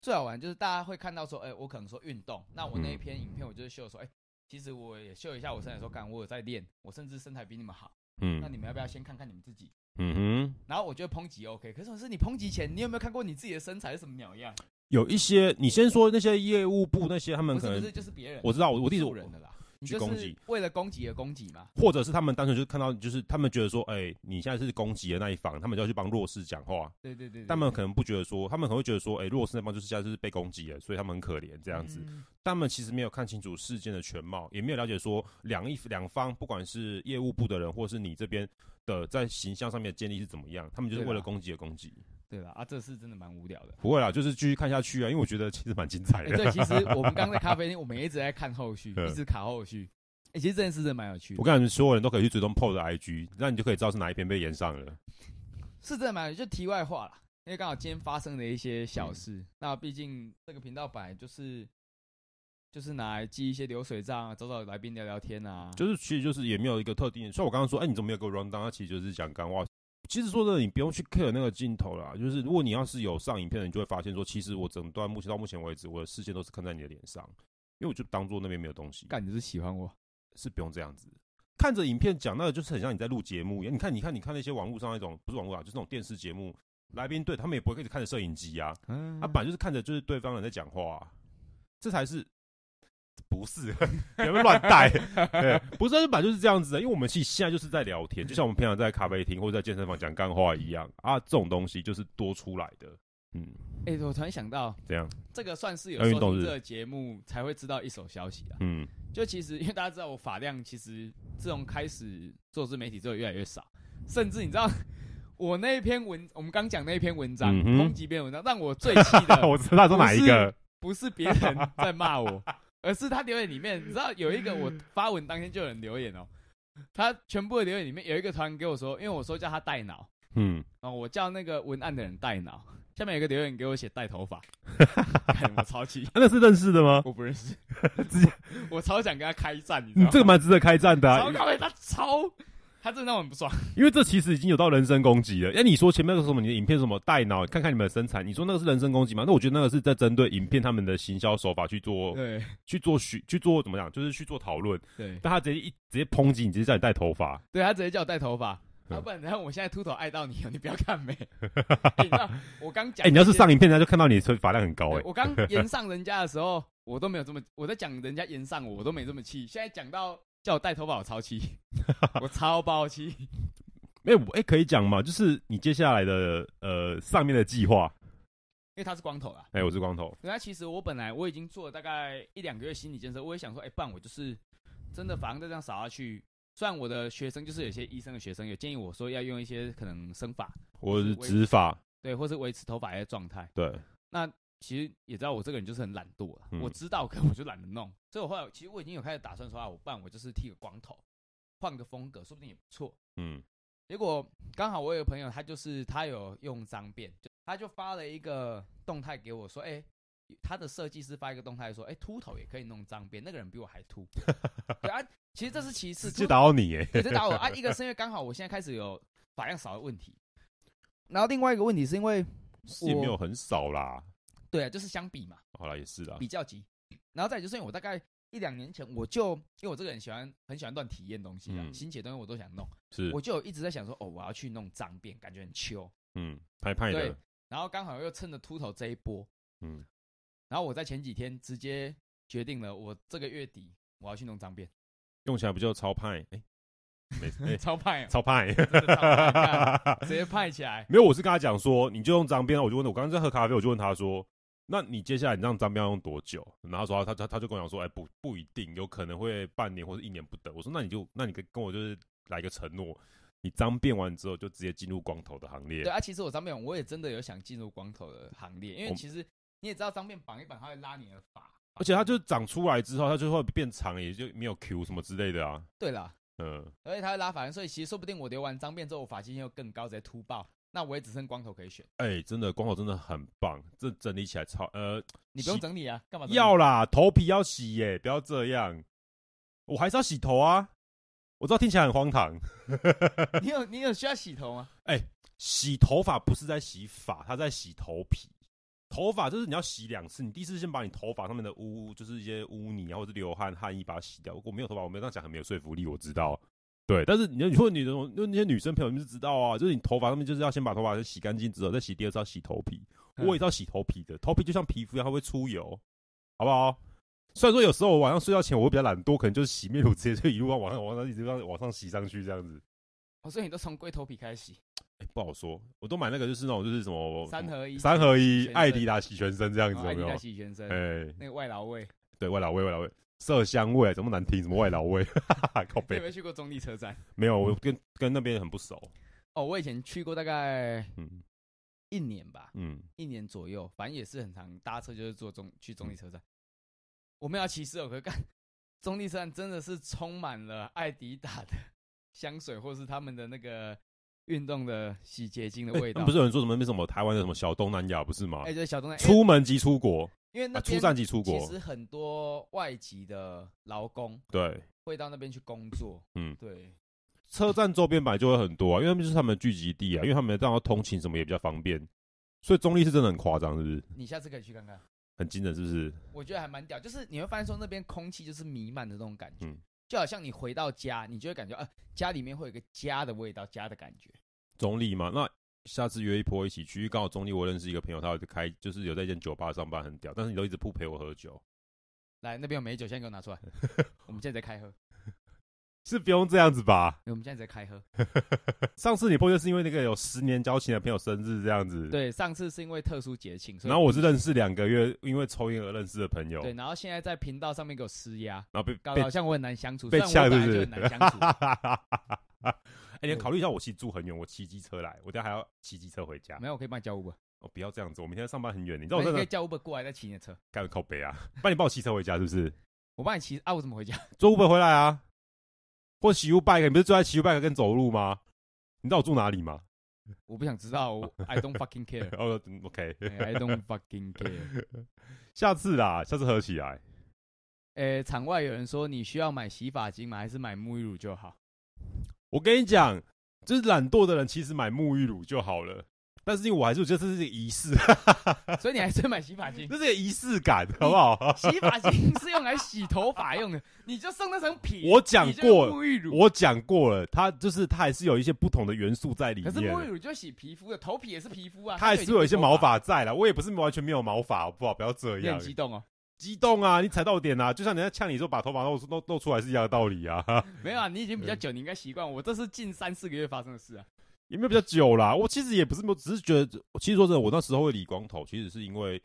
最好玩就是大家会看到说，哎、我可能说运动，那我那一
嗯
篇影片我就是秀说，哎、其实我也秀一下我身材说，干我有在练，我甚至身材比你们好。那
嗯
你们要不要先看看你们自己？
嗯哼。
然后我觉得抨击 OK，可是是你抨击前，你有没有看过你自己的身材是什么鸟样？
有一些，你先说那些业务部那些，他们
不
可
是不
能
是，就是别人，
我知道，我我的意思
素，人啊的啦，你
去
就
攻
是
击
为了攻击而攻击嘛。
或者是他们单纯就是看到，就是他们觉得说，哎、你现在是攻击的那一方，他们就要去帮弱势讲话，
对对对，
但他们可能不觉得说，他们可能会觉得说，哎、弱势那方就是现在就是被攻击了，所以他们很可怜这
这
样子。但他们其实没有看清楚事件的全貌，也没有了解说两一两方，不管是业务部的人，或是你这边的在形象上面的建立是怎么样，他们就是
对啦啊
为了攻击而攻击。
对啦，啊，这是真的蛮无聊 的。
不会啦，就是继续看下去啊，因为我觉得其实蛮精彩
哎、
的。
对，其实我们刚在咖啡厅，我们也一直在看后 续，
嗯
一直卡后续。哎、其实这件事真的蛮有趣的，
我跟你们所有人都可以去追踪 PO 的 IG，那你就可以知道是哪一篇被延上了。
是真的蛮有趣。就题外话啦，因为刚好今天发生的一些
嗯
小事，那毕竟这个频道本来就是就是拿来记一些流水账啊，找找来宾聊聊天啊，
就是其实就是也没有一个特定的，像我刚刚说，哎、你怎么没有给我 round down？它其实就是讲干话。其实说真的，你不用去 care 那个镜头啦。就是如果你要是有上影片的，你就会发现说，其实我整段目前到目前为止，我的视线都是看在你的脸上，因为我就当做那边没有东西，
干你就是喜欢我。
是不用这样子。看着影片讲那个，就是很像你在录节目一样。你看，你看，你看那些网络上那种不是网络啊，就是那种电视节目，来宾对他们也不会一直看着摄影机 啊，
嗯
他、本来就是看着就是对方人在讲话、啊，这才是不是？ 不要乱带，对，不是，本来就是这样子的。因为我们其实现在就是在聊天，就像我们平常在咖啡厅或者在健身房讲干话一样啊，这种东西就是多出来的。嗯，
哎、我突然想到，
这样，
这个算是有
要运
收
动
听
日
这个节目才会知道一手消息啊。
嗯，
就其实因为大家知道我发量，其实自从开始做自媒体之后越来越少，甚至你知道我那一篇文，我们刚讲那一篇文章
嗯哼
抨击别人文章，让我最气的
我知道是哪一个，
不是别人在骂我，而是他留言里面，你知道有一个我发文当天就有人留言哦，他全部的留言里面有一个团给我说，因为我说叫他带脑，
嗯，
哦，我叫那个文案的人带脑，下面有一个留言给我写带头 发，看我超气，
啊那是认识的吗？
我不认识，
直接，
我超想跟他开战，你知道
嗯
吗？，
这个蛮值得开战的、啊
超，高他超，他真的让我很不爽。
因为这其实已经有到人身攻击了。哎，你说前面那个什么，你的影片什么带脑，看看你们的身材，你说那个是人身攻击吗？那我觉得那个是在针对影片他们的行销手法去做
对
去做许去做怎么讲，就是去做讨论。
对
但他直接一直接抨击你，直接叫你戴头发，
对，他直接叫我戴头发，
嗯
要、不然然后我现在秃头爱到你，哦，你不要看 美。哎你知道我刚
哎、
讲那些，
你要是上影片，人家就看到你的发量很高、
对
哎，
我 刚言上人家的时候，我都没有这么，我在讲人家言上我，我都没这么气。现在讲到叫我带头发，我超 气，我超爆气。
哎、我哎、可以讲嘛？就是你接下来的呃上面的计划，
因为他是光头啦。
哎、我是光头，
原来其实我本来我已经做了大概一两个月心理建设，我也想说，哎、不然我就是真的反正这样扫下去。虽然我的学生就是有些医生的学生有建议我说要用一些可能生发，
我是
我也
执法，
对，或是维持头发的状态。
对，
其实也知道我这个人就是很懒惰啦
嗯
我知道，可我就懒得弄。所以我后来其实我已经有开始打算说啊，我不然我就是剃个光头，换个风格，说不定也不错。
嗯，
结果刚好我有个朋友，他就是他有用脏辫，就他就发了一个动态给我说，哎、他的设计师发一个动态说，哎、秃头也可以弄脏辫，那个人比我还秃。对啊，其实这是其次， 秃
直接打到你哎、
也在打我啊。一个是因为刚好我现在开始有发量少的问题，然后另外一个问题是因为
是也没有很少啦，
对啊，就是相比嘛，
好啦，也是啦，
比较急。 然后再来就是因为我大概一两年前，我就因为我这个人喜欢很喜欢乱体验东西啊，
嗯
新奇的东西我都想弄，
是
我，就有一直在想说，哦，我要去弄脏辫，感觉很秋。
嗯，派派
对
的，，
然后刚好又趁着秃头这一波，
嗯，
然后我在前几天直接决定了，我这个月底我要去弄 脏辫，
用起来不就超派？哎、没事、哎
超 派、哦，
超派。
真的超派干直接派起 来。
没有，我是跟他讲说，你就用脏辫啊。我就问他，我刚刚在喝咖啡，我就问他说，那你接下来你让脏辫要用多久？然后他说他他他就跟我讲说，哎、不不一定，有可能会半年或者一年不等。我说那你就那你跟跟我就是来一个承诺，你脏辫完之后就直接进入光头的行列
对。啊，其实我脏辫我也真的有想进入光头的行列，因为
我
其实你也知道脏辫绑一绑，它会拉你的发，
而且它就是长出来之后，它就会变长，也就没有 Q 什么之类的啊。
对啦，
嗯，
而且它会拉发根，所以其实说不定我留完脏辫之后，我发际线又更高，直接突爆，那我也只剩光头可以选。
哎、真的光头真的很棒，这整理起来超呃
你不用整理 啊，干嘛整理？
要啦，头皮要洗耶、不要这样。我还是要洗头啊。我知道听起来很荒唐，
你有你有需要洗头吗？
洗头发不是在洗发，它在洗头皮。头发就是你要洗两次，你第一次先把你头发上面的污，就是一些污泥啊，或者是流汗、汗衣，把它洗掉。我没有头发，我没有这样讲，很没有说服力，我知道。对，但是你你说你的那那些女生朋友，你们就知道啊，就是你头发上面就是要先把头发先洗干净之后，再洗第二次要洗头皮。
嗯
我也是要洗头皮的，头皮就像皮肤一样，它会出油，好不好？虽然说有时候我晚上睡觉前我会比较懒惰，可能就是洗面乳直接就一路往上往上一直往上往上洗上去这样子。
哦，所以你都从龟头皮开始洗，
哎、不好说，我都买那个就是那种就是什么
三合一，
三合一
全身
艾迪达洗全身这样
然
子，
后
有
艾
没
迪
有？
达洗全身，
哎、
那个外劳味。
对外劳味，外劳味，麝香味，啊怎么难听？什么外劳味？ 哈哈哈，靠
你有
背
没有去过中立车站？
没有，我跟跟那边很不熟。
哦，我以前去过大概
嗯
一年吧，
嗯，
一年左右，反正也是很常搭车，就是坐中去中立车站。我们要骑十有可干，中立车站真的是充满了艾迪达的香水，或是他们的那个运动的洗洁精的
哎
味
他
道。
们不是有人说什么那什么台湾的什么小东南亚不是吗？
哎、就是小东南，因为
出门即出国，
因为那
啊，出
边
站即出
其
国，
实很多外籍的劳工
对。
会到那边去工作。
嗯
对，
车站周边本来就会很多啊，因为他们就是他们的聚集地啊，因为他们这样通勤什么也比较方便，所以中立是真的很夸张，是不是？
你下次可以去看看，
很惊人，是不是？
我觉得还蛮屌。就是你会发现说那边空气就是弥漫的那种感觉，
嗯
就好像你回到家，你就会感觉啊，家里面会有一个家的味道，家的感觉。
中立嘛，那下次约一波一起去，因为刚好中立我认识一个朋友，他有开就是有在一间酒吧上班，很屌，但是你都一直不陪我喝酒，
来，那边有美酒，现在给我拿 出来。我们现在在开喝，哎
是不用这样子吧？
我们现在在开喝。
上次你朋友是因为那个有十年交情的朋友生日这样子，，
对，上次是因为特殊节庆，所以
然后我是认识两个月，因为抽烟而认识的朋友，
对，然后现在在频道上面给我施压，
然后被
搞
被
得好像我很难相处，
被
虽然
呛
我
是
本
不
来就是很？难相 处。
哎、你考虑一下，我其实住很远，我骑机车来，我等下还要骑机车回家。
没有，我可以帮你叫 Uber，
哦，不要这样子，我明天上班很远，你知道
那你
我在
可
哪
以叫 Uber 过来再骑你的车。
干靠北啊？ 不然你帮我骑车回家是不是？
我帮你骑啊，我怎么回家？
坐 Uber 回来啊，或骑 U bike，你不是最爱骑 U bike 跟走路吗？你知道我住哪里吗？
我不想知道 我，I don't fucking care，I
哦、嗯 o k
don't fucking care。
下次啦，下次合起来。
诶，哎场外有人说你需要买洗发精吗？还是买沐浴乳就好？
我跟你讲，就是懒惰的人其实买沐浴乳就好了，但是因为我还是我觉得这是一个仪式，
所以你还是买洗发精。
这是一个仪式感，好不好？
洗发精是用来洗头发用的，你就送那层皮。
我讲
你就用
过
沐浴乳，
我讲过了，它就是它还是有一些不同的元素在里
可是，
面
沐浴乳就洗皮肤的，头皮也是皮肤啊，
它还是有一些毛
发。
发在啦。我也不是完全没有毛发，好不好？不要这
你很
样。
激动哦，
激动啊，你踩到点啊，就像人家呛你说把头发露出露露出来是一样的道理啊，
没有啊，你已经比较久，你应该习惯。我这是近三四个月发生的事啊。
也没有比较久啦。我其实也不是没有，只是觉得，其实说真的，我那时候会理光头，其实是因为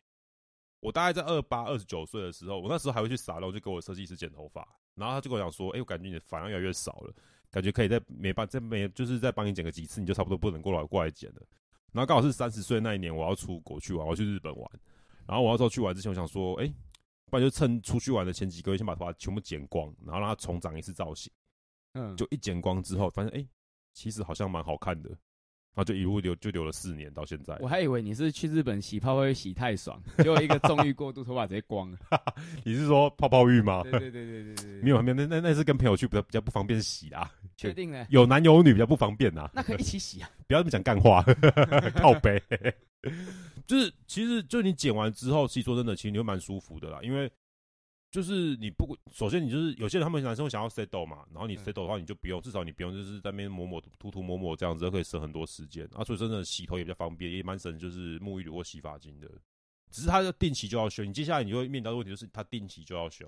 我大概在二八、二十九岁的时候，我那时候还会去沙龙，就给我设计师剪头发，然后他就跟我讲说：“哎、我感觉你的发量越来越少了，感觉可以再每帮再每就是再帮你剪个几次，你就差不多不能过来过来剪了。”然后刚好是三十岁那一年，我要出国去玩，我要去日本玩。然后我那时候去玩之前，我想说：“哎、不然就趁出去玩的前几个月，先把头发全部剪光，然后让它重长一次造型。”
嗯，
就一剪光之后，发现哎、诶其实好像蛮好看的，然后就一路留就留了四年到现在。
我还以为你是去日本洗泡会洗太爽，结果一个纵欲过度，头发直接光 了。
你是说泡泡浴吗？
对对对对对对，
没有没有，那那那是跟朋友去比较比较不方便洗啊，
确定嘞？
有男有女比较不方便啊。
那可以一起洗啊。
不要这么讲干话， 靠背。就是其实就你剪完之后，其实说真的，其实你会蛮舒服的啦，因为就是你不管首先你就是有些人他们男生会想要 settle 嘛，然后你
嗯
settle 的话，你就不用，至少你不用就是在那边抹抹涂涂抹抹这样子，可以省很多时间啊。所以真的洗头也比较方便，也蛮省就是沐浴乳或洗发精的。只是它要定期就要修，你接下来你就会面临到的问题，就是它定期就要修。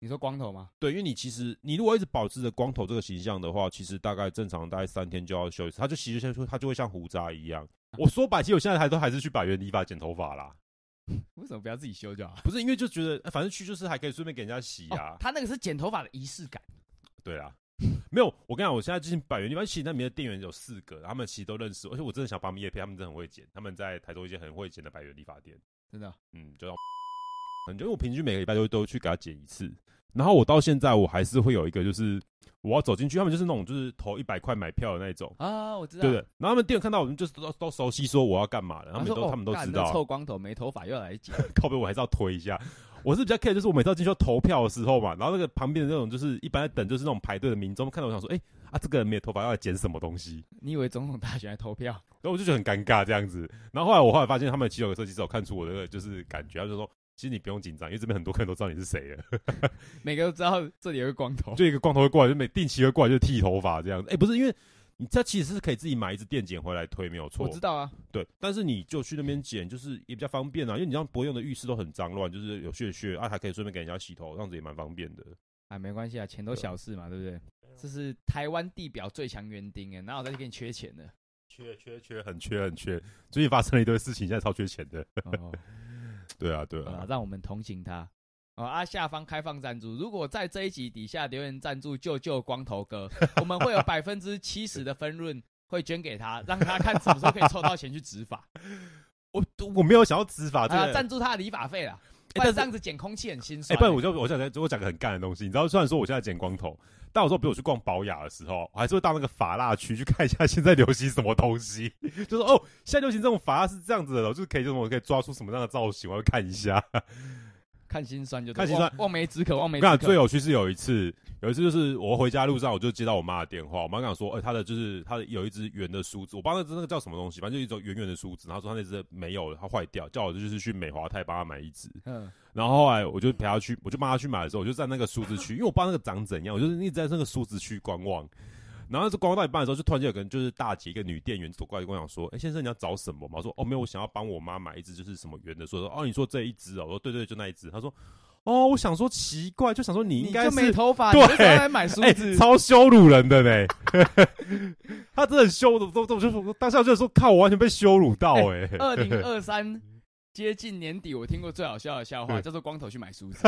你说光头吗？
对，因为你其实你如果一直保持着光头这个形象的话，其实大概正常大概三天就要休一次，它就其实像说它就会像胡渣一样。我说白，其实我现在还都还是去百元理发剪头发啦，
为什么不要自己修就 好？
不是因为就觉得呃反正去就是还可以顺便给人家洗啊，
哦他那个是剪头发的仪式感。
对啊。没有，我跟你讲，我现在进百元理发，其实那里面的店员有四个，他们其实都认识我，而且我真的想把他们叶配，他们真的很会剪，他们在台州一间很会剪的百元理发店。
真的，
嗯，就要，嗯，就因为我平均每个礼拜都都去给他剪一次，然后我到现在我还是会有一个，就是我要走进去，他们就是那种就是投一百块买票的那一种，
啊，我知道。
对不对？然后他们店员看到我们就是都都熟悉，说我要干嘛的，他们
说
都
哦
他们都
干
知
那
道啊，
臭光头没头发又要来剪，
靠背我还是要推一下。我是比较 care，就是我每次要进去要投票的时候嘛，然后那个旁边的那种就是一般在等就是那种排队的民众看到我想说，哎、啊这个人没有头发要来剪什么东西，
你以为总统大选来投票？
然后我就觉得很尴尬这样子。然后后来我后来发现，他们其中有个设计师有看出我的那个就是感觉，他就说，其实你不用紧张，因为这边很多客人都知道你是谁了。
每个都知道这里有个光头。
就一个光头会过来，就每定期会过来就剃头发这样子。哎、不是，因为你这其实是可以自己买一支电剪回来推，没有
我
错
知。道啊，
对，但是你就去那边剪，就是也比较方便啊，因为你这样不会用的浴室都很脏乱，就是有屑屑啊，还可以顺便给人家洗头，这样子也蛮方便的。
啊，没关系啊，钱都小事嘛，对不
啊
对？这是台湾地表最强园丁哎，哪有再去给你缺钱的？
缺缺缺，很缺很缺。最近发生了一堆事情，现在超缺钱的。
哦，
对啊，对
啊
啊，，
让我们同情他。哦、啊，下方开放赞助，如果在这一集底下留言赞助救救光头 哥，我们会有百分之七十的分润会捐给他，让他看什么时候可以凑到钱去执法，
我我没有想要执法这
啊，
个。
赞助他的理发费啦。不
哎但
然
是
这样子捡空气很心
哎、
酸、欸
不然我就我想再我讲个很干的东西，你知道，虽然说我现在剪光头，但我说比如我去逛保雅的时候，我还是会到那个法蜡区去看一下现在流行什么东西， 就说哦，现在流行这种法蜡是这样子的咯，就是可以这种可以抓出什么样的造型，我会看一下。
看心酸就对
看心酸
望望梅止渴，望梅
我
止
跟你
渴。
讲，最有趣是有一次，有一次就是我回家路上，我就接到我妈的电话，我妈跟我说，哎、她的就是她的有一只圆的梳子，我不知道那那个叫什么东西，反正就一种圆圆的梳子，然后说她那只没有了，它坏掉，叫我就是去美华泰帮她买一只。
嗯，
然后后来我就陪他去，我就帮他去买的时候，我就在那个梳子区，因为我不知道那个长怎样，我就是一直在那个梳子区观望。然后就观望到一半的时候，就突然间有个人，就是大姐一个女店员走过来跟我讲说：“哎、先生你要找什么吗？”我说：“哦，没有，我想要帮我妈买一只就是什么圆的。”说说：“哦，你说这一只哦？”我说：“对对，就那一只。”他说：“哦，我想说奇怪，就想说你应
你
该
就是没头发，
对
你为什么要来买梳
哎、
子？
超羞辱人的呢。 他真的很羞辱，都都我就说当下就说靠，我完全被羞辱到哎、
二零二三接近年底，我听过最好笑的笑
嗯
话叫做“光头去买梳子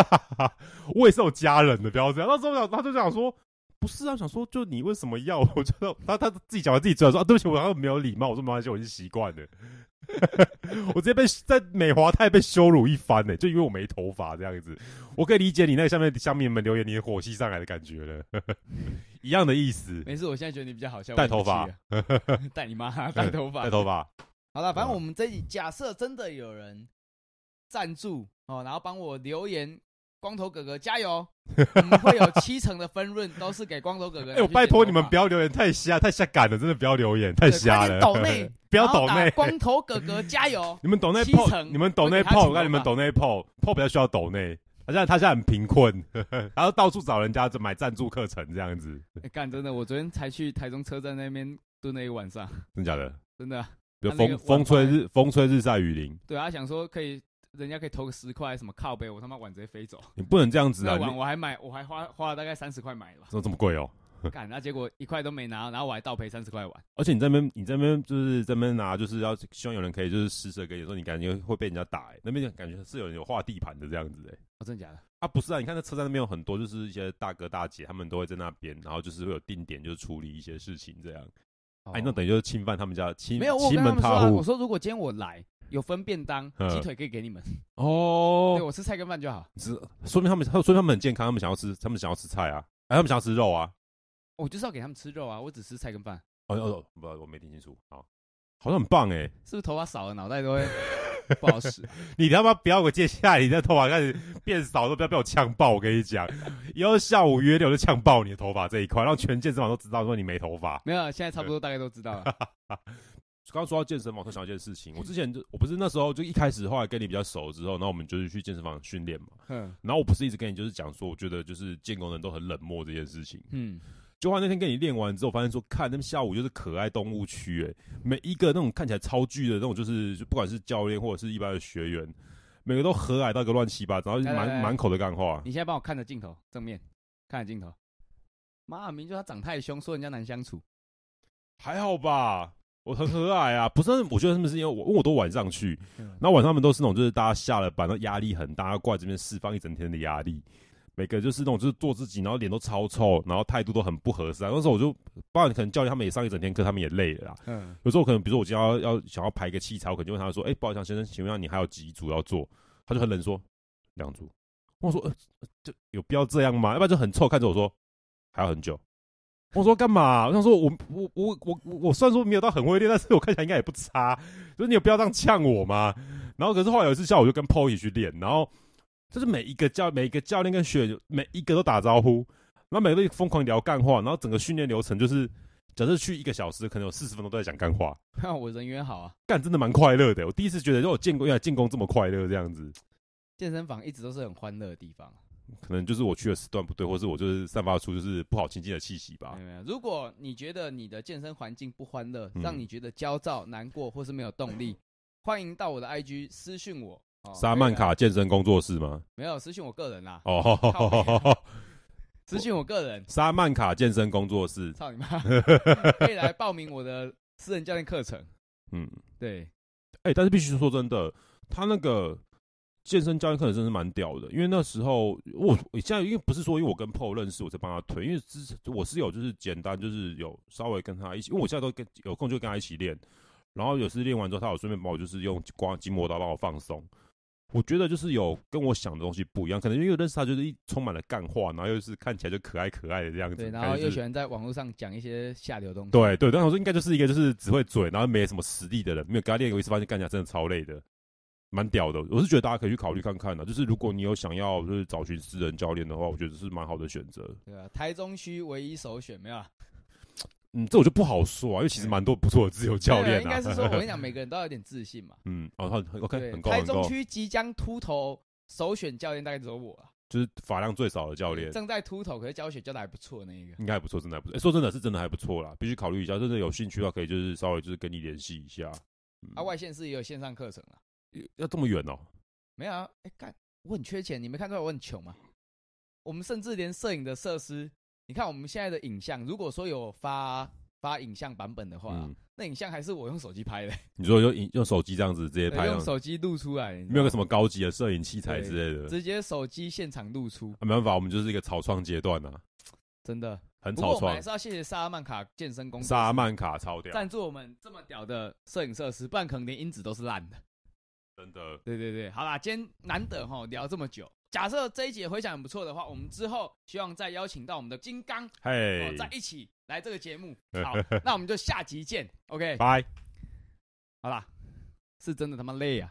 我也是有家人的，不要这样。那时候我想，他就想说，不是啊，想说就你为什么要？我觉得他他自己讲完自己嘴软说啊，对不起，我好像没有礼貌。我说没关系，我已经习惯了。 我直接被在美华泰被羞辱一番呢、就因为我没头发这样子。我可以理解你那个下面下面们留言，你的火气上来的感觉了， 一样的意思”。。
没事，我现在觉得你比较好笑。
戴头发
我生气了， 戴你 妈，戴头发
戴。头发，嗯
好了，反正我们这一集假设真的有人赞助哦，然后帮我留言。光头哥哥加 油！我们会有七成的分润都是给光头哥哥。
哎、我拜托你们不
要
要留言，太瞎，太瞎感了，真的不要留言，太瞎了。
抖内，
不要
然后
抖
打
内，
光头哥哥加 油！
你们抖内
七
PO，
成
你们抖内
会给他
PO，
请
我看你们抖内 PO，PO 比较需要抖内。他现在他现在很贫困， 然后到处找人家买赞助课程这样子，
哎干、真的，我昨天才去台中车站那边蹲了一个晚上，
真假的？
真的啊、
就
他那个晚
风风吹
饭
日风吹日晒雨淋，
对啊，想说可以人家可以投个十块，什么靠背，我他妈碗直接飞走。
你不能这样子啊！
那
你
碗我还买，我还花花了大概三十块 买的吧，
怎么这么贵哦？
干，那结果一块都没拿，然后我还倒赔三十块碗。
而且你在那边，你在那边就是在那边拿，就是要希望有人可以就是施舍给你，说你感觉会被人家打、欸，那边感觉是有人有画地盘的这样子哎、
哦，真的假的？
啊，不是啊，你看那车站那边有很多，就是一些大哥大姐，他们都会在那边，然后就是会有定点，就是处理一些事情这样。哎、那等于就是侵犯他们家亲
哦没有，我有
亲
跟他
门
们说、
踏
啊，
户
我说如果今天我来有分便当
嗯，
鸡腿可以给你们，对
哦，
我吃菜跟饭就好。
只说明他们，说明他们很健康，他们想要吃，他们想要吃菜啊，哎、他们想要吃肉啊。
我就是要给他们吃肉啊，我只吃菜跟饭，
哦哦，不，我没听清楚，好，好像很棒哎、
是不是头发少了脑袋都 会不好使？
你他妈不要给我接下来，你的头发开始变少，都不要被我呛爆。我跟你讲，以后下午约六就呛爆你的头发这一块，让全健身房都知道说你没头发。
没有啊，现在差不多大概都知道 了。
刚刚说到健身房，我突然想到一件事情，我之前就我不是那时候就一开始后来跟你比较熟之后，然后我们就是去健身房训练嘛，
嗯
然后我不是一直跟你就是讲说，我觉得就是建工人都很冷漠这件事情。
嗯，
就话那天跟你练完之后，发现说，看他们下午就是可爱动物区，哎，每一个那种看起来超巨的那种，就是就不管是教练或者是一般的学员，每个都和蔼到一个乱七八糟，然后就是
来来
满
来
满口的干话。
你现在帮我看着镜头，正面看着镜头。妈，明明就他长太凶，说人家难相处。
还好吧，我很和蔼啊，不是，我觉得他们是因为我，因为我都晚上去，然后晚上他们都是那种就是大家下了班，然后压力很大，要过来这边释放一整天的压力。每个就是那种就是做自己，然后脸都超臭，然后态度都很不合适啊。那时候我就，包含可能教练他们也上一整天课，他们也累了啦。啊
嗯，
有时候可能，比如说我今天要要想要排个器材，我可能就问他说：“哎、不好意思，先生，请问一下你还有几组要做？”他就很冷说：“两组。”我说：“呃，就有必要这样吗？要不然就很臭看着我说还要很久。”我说：“干嘛？”我想说我我我我我我虽然说没有到很会练，但是我看起来应该也不差。就是你有必要这样呛我吗？然后可是后来有一次下午我就跟 PO 一起去练，然后就是每一个教每一个教练跟学员每一个都打招呼，然后每个都疯狂聊干话，然后整个训练流程就是假设去一个小时，可能有四十分钟都在讲干话。
那我人缘好啊，
干真的蛮快乐的。欸我第一次觉得，我建工原来建工这么快乐，这样子，
健身房一直都是很欢乐的地方。啊
可能就是我去的时段不对，或是我就是散发出就是不好亲近的气息吧
没。有没有，如果你觉得你的健身环境不欢乐，
嗯
让你觉得焦躁、难过或是没有动力，欢迎到我的 IG 私讯我。哦啊
沙曼卡健身工作室吗？
没有私讯我个人啦，
哦，
私讯我个人，
沙曼卡健身工作室，
操你 妈，可以来报名我的私人教练课程。
嗯，
对，
哎、但是必须说真的，他那个健身教练课程真是蛮屌的，因为那时候我我现在因为不是说因为我跟 PO 认识我才帮他推，因为之前我是有就是简单就是有稍微跟他一起，因为我现在都跟有空就跟他一起练，然后有时练完之后，他有顺便帮我就是用刮筋膜刀帮我放松。我觉得就是有跟我想的东西不一样，可能因为认识他就是一充满了干话，然后又是看起来就可爱可爱的这样子，
对，然
感
后
觉
又
是
喜欢在网络上讲一些下流东西。
对对，但我说应该就是一个就是只会嘴，然后没什么实力的人，没有跟他练过一次，发现干起来真的超累的，蛮屌的。我是觉得大家可以去考虑看看的、就是如果你有想要就是找寻私人教练的话，我觉得是蛮好的选择。
对啊，台中区唯一首选没有啊？
嗯，这我就不好说啊，因为其实蛮多不错的自由教
没有
练
嗯应
啊
该。 是说，我跟你讲，每个人都要有点自信嘛。
嗯，哦，很 OK，
对
很，够
台
很
中
够，
区即将秃头首选教练大概只有我啊，
就是发量最少的教练。
正在秃头，可是教学教的还不错那一个。啊
应该还不错，真的还不错。哎、说真的是真的还不错啦，必须考虑一下。真的有兴趣的话，可以就是稍微就是跟你联系一下。嗯
啊，外县市也有线上课程啊。
要这么远哦、
没有啊，哎、干，我很缺钱，你没看出来我很穷吗？我们甚至连摄影的设施，你看我们现在的影像，如果说有发发影像版本的话，
嗯，
那影像还是我用手机拍的，
你说用用手机这样子直接
对
拍，
用手机录出来，
没有个什
么，
么高级的摄影器材之类的。
直接手机现场露出，
啊没办法，我们就是一个草创阶段啊，
真的。
很
不过
草
我们
创
还。是要谢谢萨拉曼卡健身工作室
沙曼卡超屌，
赞助我们这么屌的摄影设施，不然可能连音质都是烂的。
真的。
对对对，好啦，今天难得哈聊这么久，假设这一节回响很不错的话，我们之后希望再邀请到我们的金刚
嘿
哦，，在一起来这个节目。好，那我们就下集见。OK，
拜。
好啦，是真的他妈累啊。